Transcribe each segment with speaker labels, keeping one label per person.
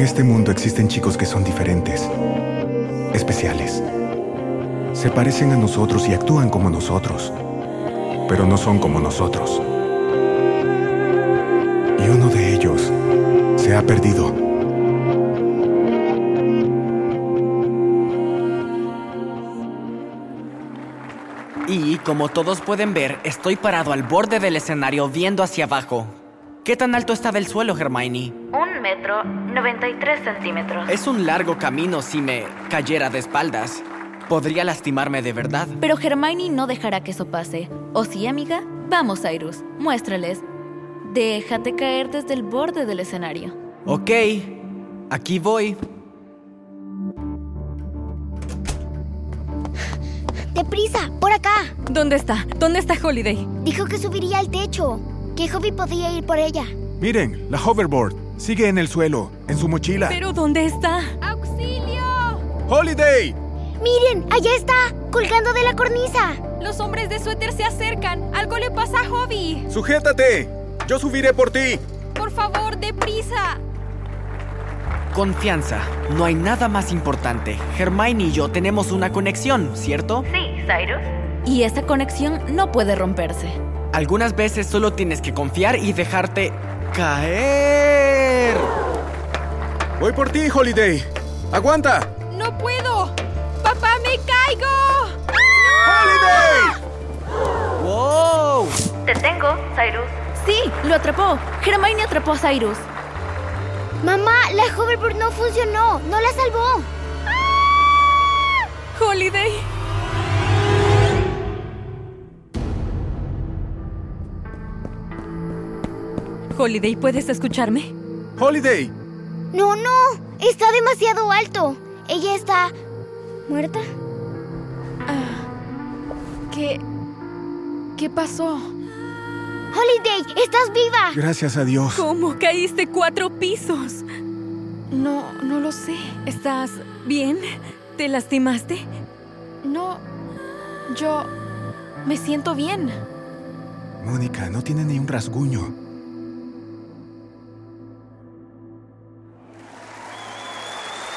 Speaker 1: este mundo existen chicos que son diferentes, especiales. Se parecen a nosotros y actúan como nosotros, pero no son como nosotros. Y uno de ellos se ha perdido.
Speaker 2: Y como todos pueden ver, estoy parado al borde del escenario viendo hacia abajo. ¿Qué tan alto está del suelo, Hermione?
Speaker 3: Un metro, 93 centímetros.
Speaker 2: Es un largo camino si me cayera de espaldas. Podría lastimarme de verdad.
Speaker 4: Pero Hermione no dejará que eso pase. ¿O sí, amiga? Vamos, Cyrus, muéstrales. Déjate caer desde el borde del escenario.
Speaker 2: Ok, aquí voy.
Speaker 5: ¡Deprisa! ¡Por acá!
Speaker 6: ¿Dónde está? ¿Dónde está Holiday?
Speaker 5: Dijo que subiría al techo. Que Hobby podía ir por ella.
Speaker 1: Miren, la hoverboard sigue en el suelo, en su mochila.
Speaker 6: ¿Pero dónde está?
Speaker 7: ¡Auxilio!
Speaker 1: ¡Holiday!
Speaker 5: ¡Miren! ¡Allá está! ¡Colgando de la cornisa!
Speaker 7: Los hombres de suéter se acercan. Algo le pasa a Hobby.
Speaker 1: ¡Sujétate! ¡Yo subiré por ti!
Speaker 7: Por favor, deprisa.
Speaker 2: Confianza. No hay nada más importante. Hermione y yo tenemos una conexión, ¿cierto?
Speaker 3: Sí, Cyrus.
Speaker 4: Y esa conexión no puede romperse.
Speaker 2: Algunas veces solo tienes que confiar y dejarte caer.
Speaker 1: Voy por ti, Holiday. ¡Aguanta!
Speaker 7: ¡No puedo! ¡Papá, me caigo!
Speaker 1: ¡Holiday!
Speaker 2: ¡Wow!
Speaker 3: Te tengo, Cyrus.
Speaker 4: Sí, lo atrapó. Hermione atrapó a Cyrus.
Speaker 5: Mamá, la hoverboard no funcionó. No la salvó.
Speaker 6: Holiday. Holiday, ¿puedes escucharme?
Speaker 1: ¡Holiday!
Speaker 5: No, no. Está demasiado alto. Ella está... ¿Muerta?
Speaker 6: ¿Qué? ¿Qué pasó?
Speaker 5: Holiday, estás viva.
Speaker 1: Gracias a Dios.
Speaker 6: ¿Cómo caíste cuatro pisos? No, no lo sé. ¿Estás bien? ¿Te lastimaste? No, yo me siento bien.
Speaker 1: Mónica, no tiene ni un rasguño.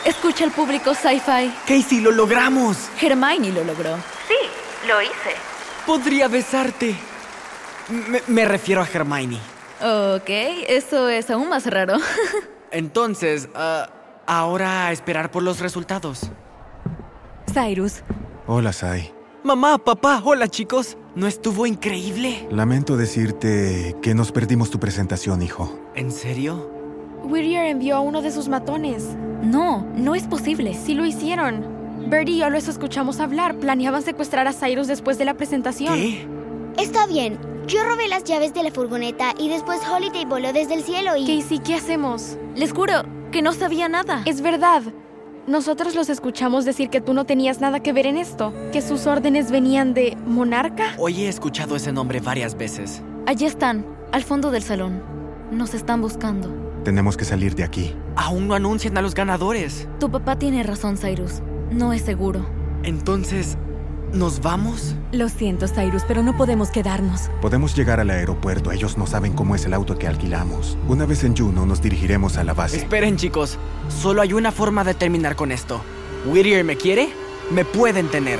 Speaker 4: Escucha al público sci-fi.
Speaker 2: Casey, lo logramos.
Speaker 4: Hermione lo logró.
Speaker 3: Sí, lo hice.
Speaker 2: Podría besarte. Me, me refiero a Hermione.
Speaker 4: Ok, eso es aún más raro.
Speaker 2: Entonces, ah, ahora a esperar por los resultados.
Speaker 6: Cyrus,
Speaker 1: Hola, Sai.
Speaker 2: Mamá, papá, hola chicos. ¿No estuvo increíble?
Speaker 1: Lamento decirte que nos perdimos tu presentación, hijo.
Speaker 2: ¿En serio?
Speaker 7: Whittier envió a uno de sus matones.
Speaker 4: No, no es posible.
Speaker 7: Sí lo hicieron. Birdie y yo los escuchamos hablar. Planeaban secuestrar a Cyrus después de la presentación.
Speaker 2: ¿Qué?
Speaker 5: Está bien. Yo robé las llaves de la furgoneta y después Holiday voló desde el cielo y...
Speaker 7: Casey, ¿qué hacemos?
Speaker 4: Les juro que no sabía nada.
Speaker 7: Es verdad. Nosotros los escuchamos decir que tú no tenías nada que ver en esto, que sus órdenes venían de monarca.
Speaker 2: Hoy he escuchado ese nombre varias veces.
Speaker 4: Allí están, al fondo del salón. Nos están buscando.
Speaker 1: Tenemos que salir de aquí.
Speaker 2: Aún no anuncian a los ganadores.
Speaker 4: Tu papá tiene razón, Cyrus. No es seguro.
Speaker 2: Entonces, ¿nos vamos?
Speaker 6: lo siento, Cyrus, pero no podemos quedarnos.
Speaker 1: Podemos llegar al aeropuerto. Ellos no saben cómo es el auto que alquilamos. Una vez en Juno, nos dirigiremos a la base.
Speaker 2: Esperen, chicos. Solo hay una forma de terminar con esto. ¿Whittier me quiere? Me pueden tener.